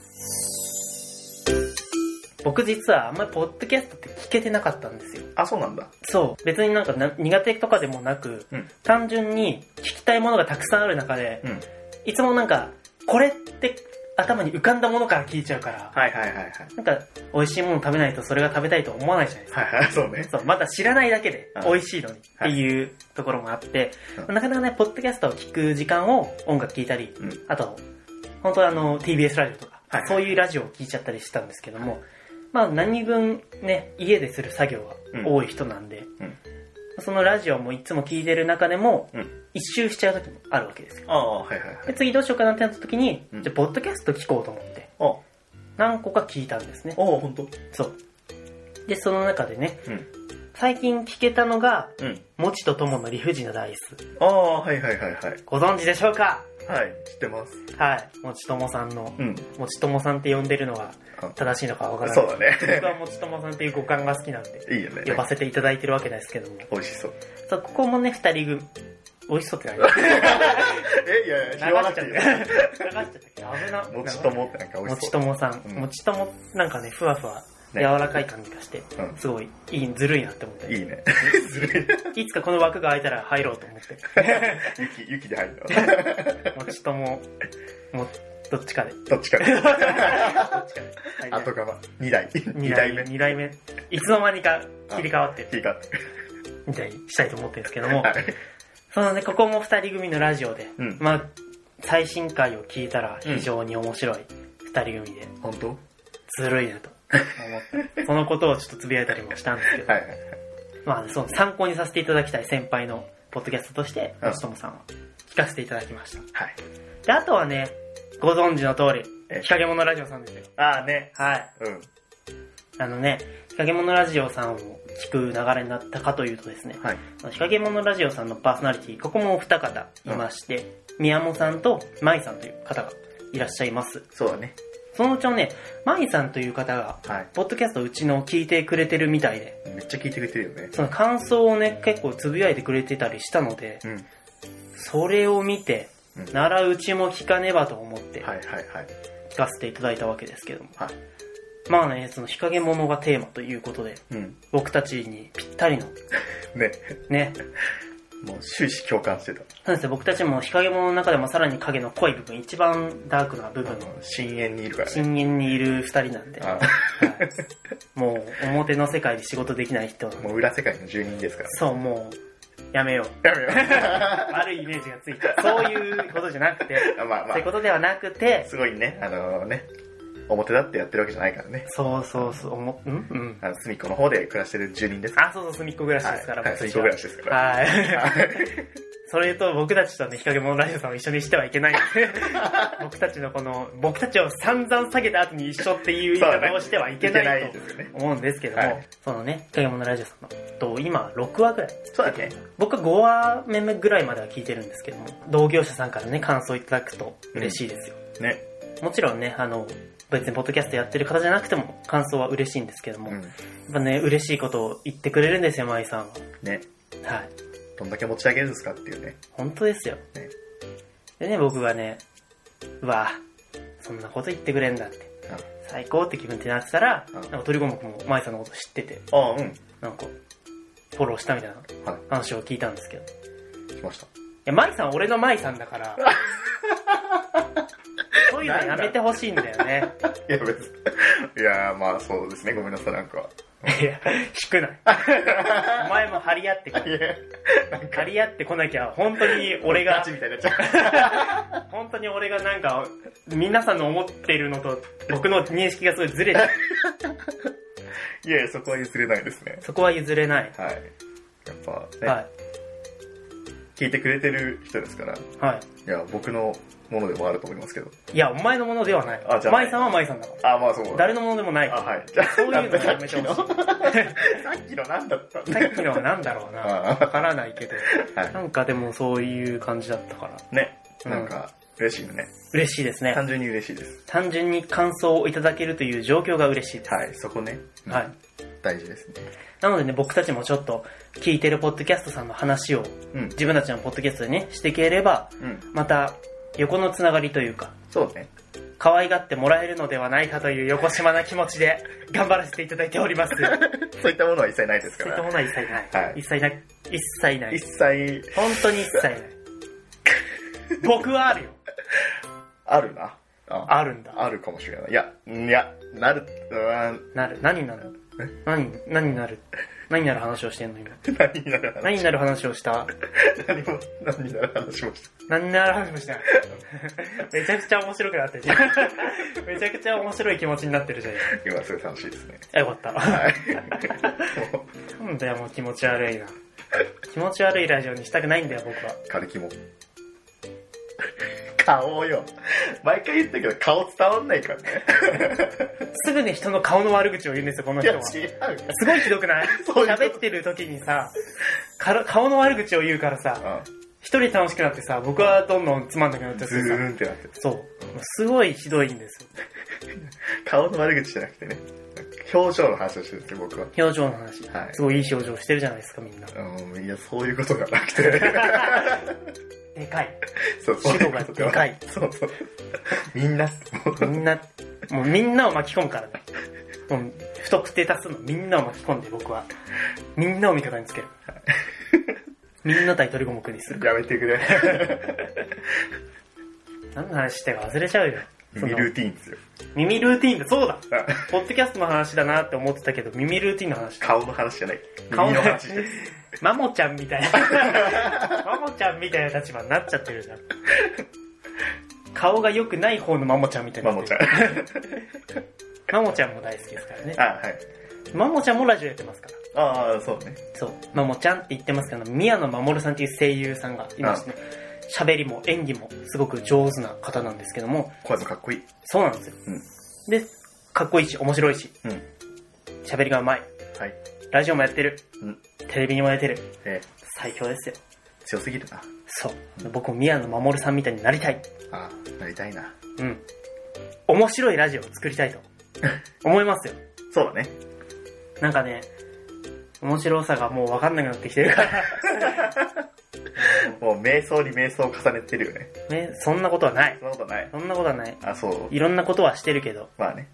[SPEAKER 1] 僕実はあんまりポッドキャストって聞けてなかったんですよ。
[SPEAKER 2] あ、そうなんだ。
[SPEAKER 1] そう。別になんかな苦手とかでもなく、
[SPEAKER 2] うん
[SPEAKER 1] 単純に聞きたいものがたくさんある中で、
[SPEAKER 2] うん。
[SPEAKER 1] いつもなんか、これって頭に浮かんだものから聞いちゃうから、
[SPEAKER 2] はいはいはいはい。
[SPEAKER 1] なんか美味しいもの食べないとそれが食べたいと思わないじゃないですか。
[SPEAKER 2] はいはい、 そうね。
[SPEAKER 1] そう、まだ知らないだけで
[SPEAKER 2] うん
[SPEAKER 1] 美味しいのにっていうところもあって、
[SPEAKER 2] うん
[SPEAKER 1] なかなかね、ポッドキャストを聞く時間を音楽聞いたり、
[SPEAKER 2] うん
[SPEAKER 1] あと、本当はあの、TBS ラジオとか、
[SPEAKER 2] はいはい
[SPEAKER 1] そういうラジオを聞いちゃったりしてたんですけども、まあ何分ね、家でする作業が多い人なんで、
[SPEAKER 2] うん
[SPEAKER 1] そのラジオもいつも聞いてる中でも、
[SPEAKER 2] うん
[SPEAKER 1] 一周しちゃう時もあるわけですよ。
[SPEAKER 2] ああ、はいはいはい。
[SPEAKER 1] で次どうしようかなってなった時に、
[SPEAKER 2] うん
[SPEAKER 1] じゃあポッドキャスト聞こうと思って、
[SPEAKER 2] あ、あ
[SPEAKER 1] 何個か聞いたんですね。
[SPEAKER 2] ほんと
[SPEAKER 1] そう。で、その中でね、
[SPEAKER 2] うん。
[SPEAKER 1] 最近聞けたのが、
[SPEAKER 2] うん。
[SPEAKER 1] もちとともの理不尽なダイス。
[SPEAKER 2] ああ、はいはいはいはい。
[SPEAKER 1] ご存知でしょうか
[SPEAKER 2] はい、知ってます。
[SPEAKER 1] はい。もちともさんの、
[SPEAKER 2] うん。
[SPEAKER 1] もちともさんって呼んでるのが
[SPEAKER 2] あ
[SPEAKER 1] 正しいのかわからない。
[SPEAKER 2] そうだ
[SPEAKER 1] 僕
[SPEAKER 2] ね。
[SPEAKER 1] はもちともさんっていう五感が好きなんで、
[SPEAKER 2] いいよね。
[SPEAKER 1] 呼ばせていただいてるわけですけども。
[SPEAKER 2] 美味しそう。
[SPEAKER 1] そう、ここもね、二人組。美味しそうって何流し
[SPEAKER 2] え、いやい
[SPEAKER 1] ちゃ
[SPEAKER 2] や、
[SPEAKER 1] っ
[SPEAKER 2] わ
[SPEAKER 1] た。
[SPEAKER 2] なく
[SPEAKER 1] 流
[SPEAKER 2] ていい
[SPEAKER 1] しちゃった。危な。
[SPEAKER 2] もちともってなんか美
[SPEAKER 1] も
[SPEAKER 2] 味し
[SPEAKER 1] ち
[SPEAKER 2] そ
[SPEAKER 1] と
[SPEAKER 2] う。
[SPEAKER 1] もさん。
[SPEAKER 2] うん
[SPEAKER 1] もちとも、なんかね、ふわふわ、柔
[SPEAKER 2] ね
[SPEAKER 1] らかい感じがして、
[SPEAKER 2] うん
[SPEAKER 1] すごい、いい、ずるいなって思って。
[SPEAKER 2] いいね。ずる
[SPEAKER 1] いつかこの枠が空いたら入ろうと思って。
[SPEAKER 2] い。雪、雪で入るの。
[SPEAKER 1] もちとも、も、どっちかで。
[SPEAKER 2] どっちか ね。
[SPEAKER 1] はいね
[SPEAKER 2] 後釜。二代。二
[SPEAKER 1] 二
[SPEAKER 2] 代
[SPEAKER 1] 代
[SPEAKER 2] 目
[SPEAKER 1] 目。。二代目。いつの間にか切り替わって
[SPEAKER 2] い
[SPEAKER 1] る
[SPEAKER 2] いか。
[SPEAKER 1] みたいにしたいと思ってるんですけども
[SPEAKER 2] は、い。
[SPEAKER 1] そのね、ここも二人組のラジオで、
[SPEAKER 2] うん
[SPEAKER 1] まあ、最新回を聞いたら非常に面白い二人組で、
[SPEAKER 2] 本当
[SPEAKER 1] ずるいなと思って、そのことをちょっとつぶやいたりもしたんですけど、
[SPEAKER 2] はいはい。
[SPEAKER 1] まあ、その参考にさせていただきたい先輩のポッドキャストとして、
[SPEAKER 2] うん
[SPEAKER 1] もちともさんは聞かせていただきました。
[SPEAKER 2] はい。
[SPEAKER 1] で、あとはね、ご存知の通
[SPEAKER 2] え
[SPEAKER 1] り、日陰者ラジオさんですよ。
[SPEAKER 2] ああね。
[SPEAKER 1] はい。
[SPEAKER 2] うん。
[SPEAKER 1] あのね、日陰者ラジオさんを聞く流れになったかというとですね、
[SPEAKER 2] はい。
[SPEAKER 1] 日陰者ラジオさんのパーソナリティ、ここもお二方いまして、宮本さんと舞さんという方がいらっしゃいます。
[SPEAKER 2] そうだね。
[SPEAKER 1] そのうちのね、舞さんという方が、
[SPEAKER 2] はい。
[SPEAKER 1] ポッドキャストをうちの聞いてくれてるみたいで、
[SPEAKER 2] めっちゃ聞いてくれてるよね。
[SPEAKER 1] その感想をね、結構つぶやいてくれてたりしたので、
[SPEAKER 2] うん。
[SPEAKER 1] それを見て、
[SPEAKER 2] うん
[SPEAKER 1] ならうちも聞かねばと思って
[SPEAKER 2] はいはいはい。
[SPEAKER 1] 聞かせていただいたわけですけども。
[SPEAKER 2] はい。
[SPEAKER 1] まあね、その日陰者がテーマということで、
[SPEAKER 2] うん。
[SPEAKER 1] 僕たちにぴったりの、
[SPEAKER 2] ね。
[SPEAKER 1] ね、
[SPEAKER 2] もう終始共感してた。
[SPEAKER 1] そうですね、僕たちも日陰者の中でもさらに影の濃い部分、一番ダークな部分の
[SPEAKER 2] 深淵にいるからね。
[SPEAKER 1] 深淵にいる二人なんで、
[SPEAKER 2] あ
[SPEAKER 1] はい もう表の世界で仕事できない人なん
[SPEAKER 2] あ
[SPEAKER 1] で
[SPEAKER 2] もう裏世界の住人ですから。
[SPEAKER 1] そう、もう、やめよう。
[SPEAKER 2] やめよ
[SPEAKER 1] 悪いイメージがついた。そういうことじゃなくて、
[SPEAKER 2] うあ まあま
[SPEAKER 1] そういう
[SPEAKER 2] あ、
[SPEAKER 1] ことではなくて、
[SPEAKER 2] すごいね、あのね、表立ってやってるわけじゃないからね。
[SPEAKER 1] そうそうそう、おもんうん。
[SPEAKER 2] あの隅っこの方で暮らしてる住人ですから。
[SPEAKER 1] あ、そうそう、隅っこ暮らしですから、
[SPEAKER 2] はいはい
[SPEAKER 1] 僕た
[SPEAKER 2] 隅っ
[SPEAKER 1] ち
[SPEAKER 2] こ
[SPEAKER 1] は
[SPEAKER 2] 暮らしですから。
[SPEAKER 1] はい。それと僕たちとね、日陰者ラジオさんを一緒にしてはいけ ない。僕たちのこの、僕たちを散々下げた後に一緒っていう言い方をしてはいけない
[SPEAKER 2] いけないですよね。
[SPEAKER 1] と思うんですけども、
[SPEAKER 2] はい
[SPEAKER 1] そのね、日陰者ラジオさんの、と今6話ぐらい。
[SPEAKER 2] そうだね。
[SPEAKER 1] 僕は5話目ぐらいまでは聞いてるんですけども、同業者さんからね、感想いただくと嬉しいですよ。
[SPEAKER 2] ね。
[SPEAKER 1] もちろんね、あの、別にポッドキャストやってる方じゃなくても感想は嬉しいんですけども、
[SPEAKER 2] う
[SPEAKER 1] やっ
[SPEAKER 2] ん。
[SPEAKER 1] ぱね、嬉しいことを言ってくれるんですよ、舞さんは。
[SPEAKER 2] ね。
[SPEAKER 1] はい。
[SPEAKER 2] どんだけ持ち上げるんですかっていうね。
[SPEAKER 1] 本当ですよ。
[SPEAKER 2] ね
[SPEAKER 1] でね、僕がね、うわそんなこと言ってくれんだって、最高って気分ってなってたら、
[SPEAKER 2] うん
[SPEAKER 1] なんか鳥五目も舞さんのこと知ってて、
[SPEAKER 2] ああ、うん。
[SPEAKER 1] なんか、フォローしたみたいな
[SPEAKER 2] は
[SPEAKER 1] 話を聞いたんですけど。い
[SPEAKER 2] い、来ました。
[SPEAKER 1] や、舞さんは俺の舞さんだ から、そういうのやめてほしいんだよね。
[SPEAKER 2] いや、別に。いやー、まあそうですね。ごめんなさい、なんか。
[SPEAKER 1] いや、低くない。お前も張り合ってこい
[SPEAKER 2] いや、なんか、
[SPEAKER 1] 張り合ってこなきゃ、本当に俺が
[SPEAKER 2] ガチ、みたいになっちゃ
[SPEAKER 1] 本当に俺がなんか、皆さんの思ってるのと、僕の認識がすごいずれてる。
[SPEAKER 2] う。いやいや、そこは譲れないですね。
[SPEAKER 1] そこは譲れない。
[SPEAKER 2] はい。やっぱね、
[SPEAKER 1] はい。
[SPEAKER 2] 聞いてくれてる人ですから、い
[SPEAKER 1] はい。
[SPEAKER 2] や、僕のものでもあると思いますけど。
[SPEAKER 1] いや、お前のものではない。
[SPEAKER 2] あじゃあ
[SPEAKER 1] 舞さんは舞さんだか
[SPEAKER 2] あ、まあそう
[SPEAKER 1] ら。。誰のものでもない。
[SPEAKER 2] あ、はい。じゃあ、
[SPEAKER 1] そういうの
[SPEAKER 2] さ
[SPEAKER 1] や
[SPEAKER 2] っ
[SPEAKER 1] め
[SPEAKER 2] き
[SPEAKER 1] て
[SPEAKER 2] の、
[SPEAKER 1] ほ
[SPEAKER 2] さ
[SPEAKER 1] しい。
[SPEAKER 2] っきの何だったん
[SPEAKER 1] さ
[SPEAKER 2] だよ
[SPEAKER 1] っきのは何だろうな。
[SPEAKER 2] あ
[SPEAKER 1] わからないけど。
[SPEAKER 2] は
[SPEAKER 1] なんかでもそういう感じだったから。
[SPEAKER 2] い。ね。なんか、嬉しいのね。
[SPEAKER 1] 嬉しいですね。
[SPEAKER 2] 単純に嬉しいです。
[SPEAKER 1] 単純に感想をいただけるという状況が嬉しいです。
[SPEAKER 2] はい、そこね。うん
[SPEAKER 1] はい。
[SPEAKER 2] 大事ですね。
[SPEAKER 1] なのでね、僕たちもちょっと聞いてるポッドキャストさんの話を
[SPEAKER 2] うん。
[SPEAKER 1] 自分たちのポッドキャストでね、していければ、
[SPEAKER 2] うん。
[SPEAKER 1] また横のつながりというか、
[SPEAKER 2] そうね。
[SPEAKER 1] 可愛がってもらえるのではないかという横島な気持ちで頑張らせていただいております。
[SPEAKER 2] そういったものは一切ないですか
[SPEAKER 1] そういった
[SPEAKER 2] ら。
[SPEAKER 1] ものは一切ない。
[SPEAKER 2] はい
[SPEAKER 1] 一切ない。一切ない
[SPEAKER 2] 一。切、
[SPEAKER 1] 本当に一切 ない。僕はあるよ。
[SPEAKER 2] あるな。あ
[SPEAKER 1] あるんだ。
[SPEAKER 2] あるかもしれない。いや、いや、なる、うーん、
[SPEAKER 1] なる。何になる何、何になる何になる話をして んの今。
[SPEAKER 2] 何になる話
[SPEAKER 1] 何になる話をした
[SPEAKER 2] 何も、何になる話もし
[SPEAKER 1] 何になる話もしてない。 めちゃくちゃ面白くな ってるじゃん。めちゃくちゃ面白い気持ちになってるじゃん。
[SPEAKER 2] た。今すごい楽しいですね。
[SPEAKER 1] あよかった。
[SPEAKER 2] はい。も
[SPEAKER 1] なんだよ、もう気持ち悪い な。気持ち悪いラジオにしたくないんだよ、僕は。
[SPEAKER 2] う、軽きも。顔よ。毎回言ったけど顔伝わんないからね。
[SPEAKER 1] すぐね、人の顔の悪口を言うんですよ、この
[SPEAKER 2] い
[SPEAKER 1] 人
[SPEAKER 2] や、違
[SPEAKER 1] は。す
[SPEAKER 2] うから。
[SPEAKER 1] ごいひどくない
[SPEAKER 2] そういうこと
[SPEAKER 1] 喋ってる時にさ、から顔の悪口を言うからさ、
[SPEAKER 2] う
[SPEAKER 1] 一人楽しくなってさ、僕はどんどんつまんなくなっちゃ
[SPEAKER 2] ん
[SPEAKER 1] っ
[SPEAKER 2] ズ
[SPEAKER 1] てさ、
[SPEAKER 2] ーンってなってる
[SPEAKER 1] そう。すごいひどいんですよ。
[SPEAKER 2] 顔の悪口じゃなくてね、表情の話をしてるんですよ、僕は。
[SPEAKER 1] 表情の話。
[SPEAKER 2] はい
[SPEAKER 1] すごいいい表情してるじゃないですか、みんな。
[SPEAKER 2] うん、いや、そういうことがなくて。
[SPEAKER 1] でかい。
[SPEAKER 2] そう、
[SPEAKER 1] 主語が
[SPEAKER 2] そううこと
[SPEAKER 1] でかい
[SPEAKER 2] そうそう。みんなって、もう
[SPEAKER 1] みんな、もうみんなを巻き込むからね。もう不特定多数のみんなを巻き込んで僕は、みんなを味方につける。みんな対鳥五目にする。
[SPEAKER 2] やめてくれ。
[SPEAKER 1] 何の話してか忘れちゃうよ。そ
[SPEAKER 2] 耳
[SPEAKER 1] の
[SPEAKER 2] ルーティーンですよ。
[SPEAKER 1] 耳ルーティーンだ、そうだポッドキャストの話だなって思ってたけど、耳ルーティーンの話だ。
[SPEAKER 2] 顔の話じゃない。
[SPEAKER 1] 顔
[SPEAKER 2] 耳
[SPEAKER 1] の
[SPEAKER 2] の話です。
[SPEAKER 1] マモちゃんみたいな、 マモちゃんみたいな立場になっちゃってるじゃん。顔が良くない方のマモちゃんみたいに
[SPEAKER 2] マ
[SPEAKER 1] なって
[SPEAKER 2] モちゃ
[SPEAKER 1] る
[SPEAKER 2] ん。
[SPEAKER 1] マモちゃんも大好きですからね。
[SPEAKER 2] あ、はい。
[SPEAKER 1] マモちゃんもラジオやってますから。
[SPEAKER 2] ああ、そうね。
[SPEAKER 1] そう、マモちゃんって言ってますけど、宮野守さんっていう声優さんがいましてね、喋りも演技もすごく上手な方なんですけども、
[SPEAKER 2] 声もかっこいい。
[SPEAKER 1] そうなんですよ。
[SPEAKER 2] うん
[SPEAKER 1] で、かっこいいし、面白いし、
[SPEAKER 2] うん。
[SPEAKER 1] 喋りがうまい。
[SPEAKER 2] はい。
[SPEAKER 1] ラジオもやってる。
[SPEAKER 2] うん。
[SPEAKER 1] テレビにも出てる。
[SPEAKER 2] え
[SPEAKER 1] 最強ですよ。
[SPEAKER 2] ー、強すぎるな。
[SPEAKER 1] そう。僕も宮野守さんみたいになりたい。
[SPEAKER 2] ああ、なりたいな。
[SPEAKER 1] うん。面白いラジオを作り たいと思いますよ。
[SPEAKER 2] そうだね。
[SPEAKER 1] なんかね、面白さがもうわかんなくなってきてるから。
[SPEAKER 2] もう、瞑想に瞑想を重ねてるよね。
[SPEAKER 1] ね、そんなことはない。
[SPEAKER 2] そんなことない。
[SPEAKER 1] そんなことはない。
[SPEAKER 2] あ、そう。
[SPEAKER 1] いろんなことはしてるけど、
[SPEAKER 2] まあね。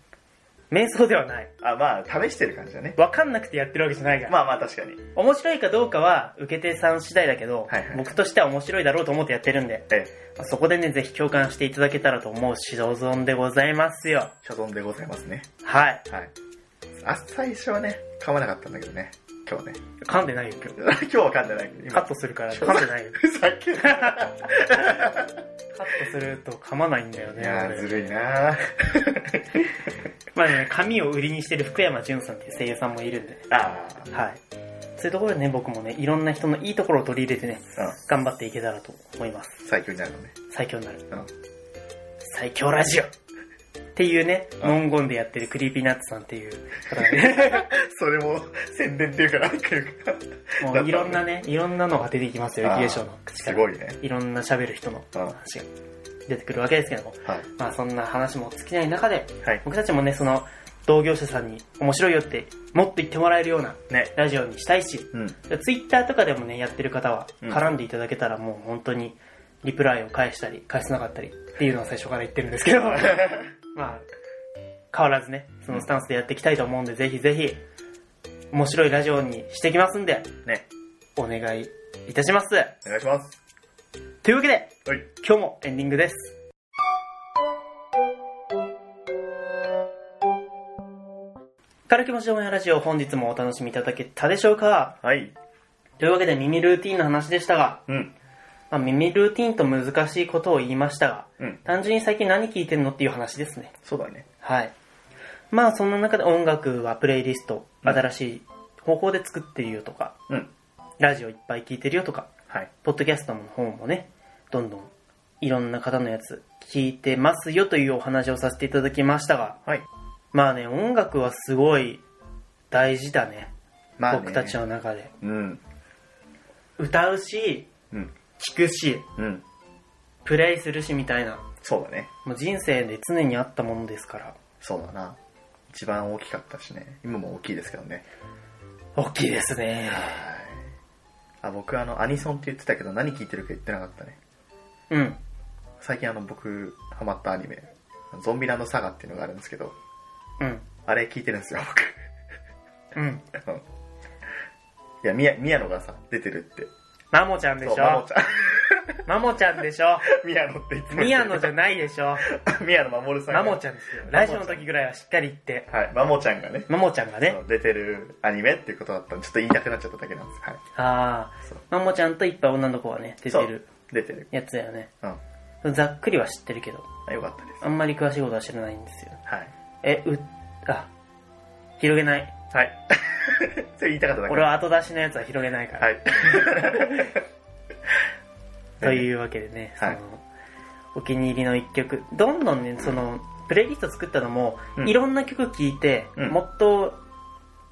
[SPEAKER 1] 瞑想ではない。
[SPEAKER 2] あ、まあ、試してる感じだね。
[SPEAKER 1] わかんなくてやってるわけじゃないから。
[SPEAKER 2] まあまあ、確かに。
[SPEAKER 1] 面白いかどうかは、受け手さん次第だけど、
[SPEAKER 2] はいはい
[SPEAKER 1] 僕としては面白いだろうと思ってやってるんで、
[SPEAKER 2] え
[SPEAKER 1] まあそこでね、ぜひ共感していただけたらと思う所存でございますよ。
[SPEAKER 2] ー、所存でございますね。
[SPEAKER 1] はい。
[SPEAKER 2] はい。あ、最初はね、噛まなかったんだけどね。今日ね。
[SPEAKER 1] 噛んでないよ、今日。
[SPEAKER 2] 今日は噛んでないけど、
[SPEAKER 1] カ
[SPEAKER 2] 今
[SPEAKER 1] ッ。トするから、噛んでないよ。
[SPEAKER 2] ふざけんな。
[SPEAKER 1] カットすると噛まないんだよ
[SPEAKER 2] い
[SPEAKER 1] ね。
[SPEAKER 2] や ー、
[SPEAKER 1] 俺
[SPEAKER 2] ずるいなー。
[SPEAKER 1] まあね、髪を売りにしてる福山潤さんっていう声優さんもいるんで、
[SPEAKER 2] あ
[SPEAKER 1] はい。そういうところでね、僕もね、いろんな人のいいところを取り入れてね、
[SPEAKER 2] あ、うん。
[SPEAKER 1] 頑張っていけたらと思います。
[SPEAKER 2] 最強になるのね。
[SPEAKER 1] 最強になる。
[SPEAKER 2] うん。
[SPEAKER 1] 最強ラジオっていうね、
[SPEAKER 2] あ
[SPEAKER 1] 文言でやってるクリーピーナッツさんっていう方が ね、
[SPEAKER 2] それも、宣伝っていうか、なんていうか。
[SPEAKER 1] もういろんなね、いろんなのが出てきますよ、
[SPEAKER 2] あー
[SPEAKER 1] 雪化粧の口か
[SPEAKER 2] す
[SPEAKER 1] ら。
[SPEAKER 2] ごいね。
[SPEAKER 1] いろんな喋る人の
[SPEAKER 2] うん。は
[SPEAKER 1] 話が出てくるわけですけども、
[SPEAKER 2] い。
[SPEAKER 1] まあそんな話も尽きない中で、
[SPEAKER 2] はい。
[SPEAKER 1] 僕たちもね、その同業者さんに面白いよって、もっと言ってもらえるような
[SPEAKER 2] ね。
[SPEAKER 1] ラジオにしたいし、
[SPEAKER 2] うん。
[SPEAKER 1] ツイッターとかでもね、やってる方は
[SPEAKER 2] うん
[SPEAKER 1] 絡んでいただけたらもう本当にリプライを返したり、返さなかったりっていうのを最初から言ってるんです けど、まあ、変わらずね、そのスタンスでやっていきたいと思うんで、ぜひぜひ、面白いラジオにしていきますんで、
[SPEAKER 2] ね。
[SPEAKER 1] お願いいたします。
[SPEAKER 2] お願いします。
[SPEAKER 1] というわけで、
[SPEAKER 2] はい。
[SPEAKER 1] 今日もエンディングです。軽気持ちのやラジオ本日もお楽しみいただけたでしょうか
[SPEAKER 2] はい。
[SPEAKER 1] というわけで耳ルーティンの話でしたが、
[SPEAKER 2] うん。
[SPEAKER 1] まあ、耳ルーティンと難しいことを言いましたが、
[SPEAKER 2] うん。
[SPEAKER 1] 単純に最近何聞いてんのっていう話ですね。
[SPEAKER 2] そうだね。
[SPEAKER 1] はい。まあそんな中で音楽はプレイリスト、
[SPEAKER 2] うん
[SPEAKER 1] 新しい方法で作ってるよとか、
[SPEAKER 2] うん。
[SPEAKER 1] ラジオいっぱい聞いてるよとか、
[SPEAKER 2] はい。
[SPEAKER 1] ポッドキャストの方もね、どんどんいろんな方のやつ聞いてますよというお話をさせていただきましたが、
[SPEAKER 2] はい。
[SPEAKER 1] まあね、音楽はすごい大事だね。
[SPEAKER 2] まあ、ね、
[SPEAKER 1] 僕たち。の中で。
[SPEAKER 2] うん。
[SPEAKER 1] 歌うし、
[SPEAKER 2] うん。
[SPEAKER 1] 聴くし、
[SPEAKER 2] うん。
[SPEAKER 1] プレイするしみたいな。
[SPEAKER 2] そうだね。
[SPEAKER 1] もう人生で常にあったものですから。
[SPEAKER 2] そうだな。一番大きかったしね。今も大きいですけどね。
[SPEAKER 1] 大きいですね。
[SPEAKER 2] あ、僕あの、アニソンって言ってたけど、何聞いてるか言ってなかったね。
[SPEAKER 1] うん。
[SPEAKER 2] 最近あの、僕、ハマったアニメ、ゾンビランドサガっていうのがあるんですけど、
[SPEAKER 1] うん。
[SPEAKER 2] あれ聞いてるんですよ、
[SPEAKER 1] うん。
[SPEAKER 2] 僕。 うんいや、宮宮野がさ、出てるって。
[SPEAKER 1] マモちゃんでし
[SPEAKER 2] そう、マモ
[SPEAKER 1] ょ
[SPEAKER 2] ちゃん。
[SPEAKER 1] マモちゃんでし ょ
[SPEAKER 2] 宮野って言って
[SPEAKER 1] 宮野じゃ
[SPEAKER 2] ん。
[SPEAKER 1] ないでしょ
[SPEAKER 2] 宮野守さん
[SPEAKER 1] マ
[SPEAKER 2] が。
[SPEAKER 1] モちゃんですよ。ラジオの時ぐらいはしっかり言って。
[SPEAKER 2] はい、マモちゃんがね、
[SPEAKER 1] マモちゃんがね。
[SPEAKER 2] そう出てるアニメっていうことだったんで、ちょっと言いたくなっちゃっただけなんです。はい。
[SPEAKER 1] あ
[SPEAKER 2] そう
[SPEAKER 1] あ、マモちゃんといっぱい女の子がね、出てる
[SPEAKER 2] そう。出てる。
[SPEAKER 1] やつだよね。
[SPEAKER 2] うん。
[SPEAKER 1] ざっくりは知ってるけど、
[SPEAKER 2] あよかったです。
[SPEAKER 1] あんまり詳しいことは知らないんですよ。
[SPEAKER 2] はい。
[SPEAKER 1] え、う、あ、広げない。
[SPEAKER 2] はい。 それ言いたかっただけ。
[SPEAKER 1] 俺は後出しのやつは広げないから。
[SPEAKER 2] はい。
[SPEAKER 1] というわけでね、
[SPEAKER 2] はい
[SPEAKER 1] その、お気に入りの一曲、どんどんね、その、プレイリスト作ったのも、
[SPEAKER 2] うん
[SPEAKER 1] いろんな曲聴いて、
[SPEAKER 2] うん
[SPEAKER 1] もっと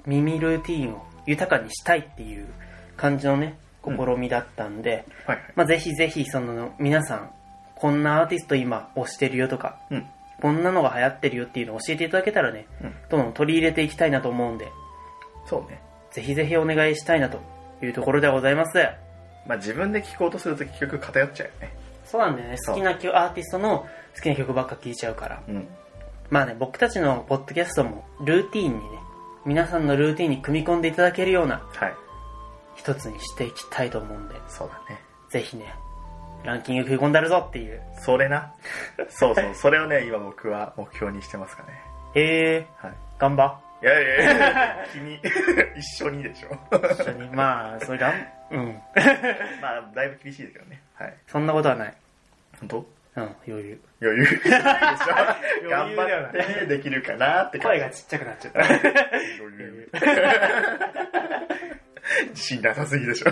[SPEAKER 1] 耳ルーティンを豊かにしたいっていう感じのね、試みだったんで、
[SPEAKER 2] はいはい。
[SPEAKER 1] まあ、ぜひぜひ、その、皆さん、こんなアーティスト今推してるよとか、
[SPEAKER 2] うん。
[SPEAKER 1] こんなのが流行ってるよっていうのを教えていただけたらね、
[SPEAKER 2] うん
[SPEAKER 1] どんどん取り入れていきたいなと思うんで、
[SPEAKER 2] そうね。
[SPEAKER 1] ぜひぜひお願いしたいなというところでございます。
[SPEAKER 2] まあ自分で聞こうとすると結局偏っちゃうよね。
[SPEAKER 1] そうなんだよね、
[SPEAKER 2] そう
[SPEAKER 1] 好きな曲アーティストの好きな曲ばっか聴いちゃうから。
[SPEAKER 2] うん。
[SPEAKER 1] まあね、僕たちのポッドキャストもルーティーンにね、皆さんのルーティーンに組み込んでいただけるような
[SPEAKER 2] はい。
[SPEAKER 1] 一つにしていきたいと思うんで、
[SPEAKER 2] そうだね。
[SPEAKER 1] ぜひね、ランキング食い込んだるぞっていう。
[SPEAKER 2] それな。そう そう。それをね、今僕は目標にしてますかね。
[SPEAKER 1] へえ
[SPEAKER 2] はい。
[SPEAKER 1] ー、頑張。
[SPEAKER 2] いやいやいや君、 一緒にでしょ。
[SPEAKER 1] 一緒に。まあ、それがん、うん。
[SPEAKER 2] まあ、だいぶ厳しいですけどね。はい。
[SPEAKER 1] そんなことはない。
[SPEAKER 2] 本当
[SPEAKER 1] うん、余裕。
[SPEAKER 2] 余裕でしょ。
[SPEAKER 1] 余
[SPEAKER 2] 頑
[SPEAKER 1] 裕で
[SPEAKER 2] 張
[SPEAKER 1] はない
[SPEAKER 2] ってできるかなって感
[SPEAKER 1] 声
[SPEAKER 2] じ
[SPEAKER 1] が。ちっちゃくなっちゃった。
[SPEAKER 2] 余裕。自信なさすぎでしょ。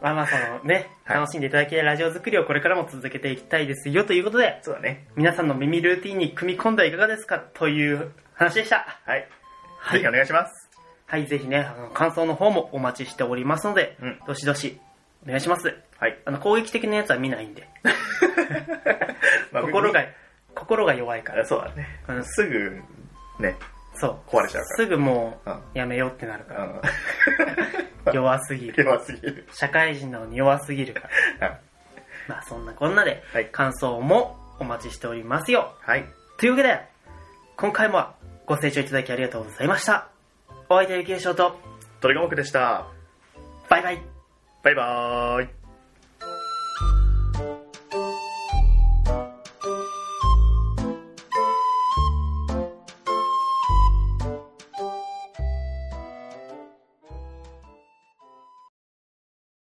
[SPEAKER 1] まあまあそのね、
[SPEAKER 2] はい
[SPEAKER 1] 楽しんでいただけるラジオ作りをこれからも続けていきたいですよということで、
[SPEAKER 2] そうだね。
[SPEAKER 1] 皆さんの耳ルーティンに組み込んだいかがですかという話でした。
[SPEAKER 2] はい。
[SPEAKER 1] は
[SPEAKER 2] ぜひお
[SPEAKER 1] い。
[SPEAKER 2] 願いします。
[SPEAKER 1] はい、ぜひね、あの感想の方もお待ちしておりますので、
[SPEAKER 2] うん
[SPEAKER 1] どしどしお願いします。
[SPEAKER 2] はい。
[SPEAKER 1] あの、攻撃的なやつは見ないんで、
[SPEAKER 2] まあ
[SPEAKER 1] 心が、心が弱いから。
[SPEAKER 2] そうだね。
[SPEAKER 1] うん
[SPEAKER 2] すぐ、ね。
[SPEAKER 1] そう。
[SPEAKER 2] 壊れちゃうから
[SPEAKER 1] すぐも
[SPEAKER 2] うん
[SPEAKER 1] う、やめようってなるから。
[SPEAKER 2] うん。
[SPEAKER 1] 弱すぎ る。
[SPEAKER 2] 弱すぎる。
[SPEAKER 1] 社会人なのに弱すぎるから。
[SPEAKER 2] はい
[SPEAKER 1] まあそんなこんなで、
[SPEAKER 2] はい
[SPEAKER 1] 感想もお待ちしておりますよ。
[SPEAKER 2] はい。
[SPEAKER 1] というわけで、今回もご清聴いただきありがとうございました。お相手はゆきえしょうと、
[SPEAKER 2] トリガモクでした。
[SPEAKER 1] バイバイ。
[SPEAKER 2] バイバーイ。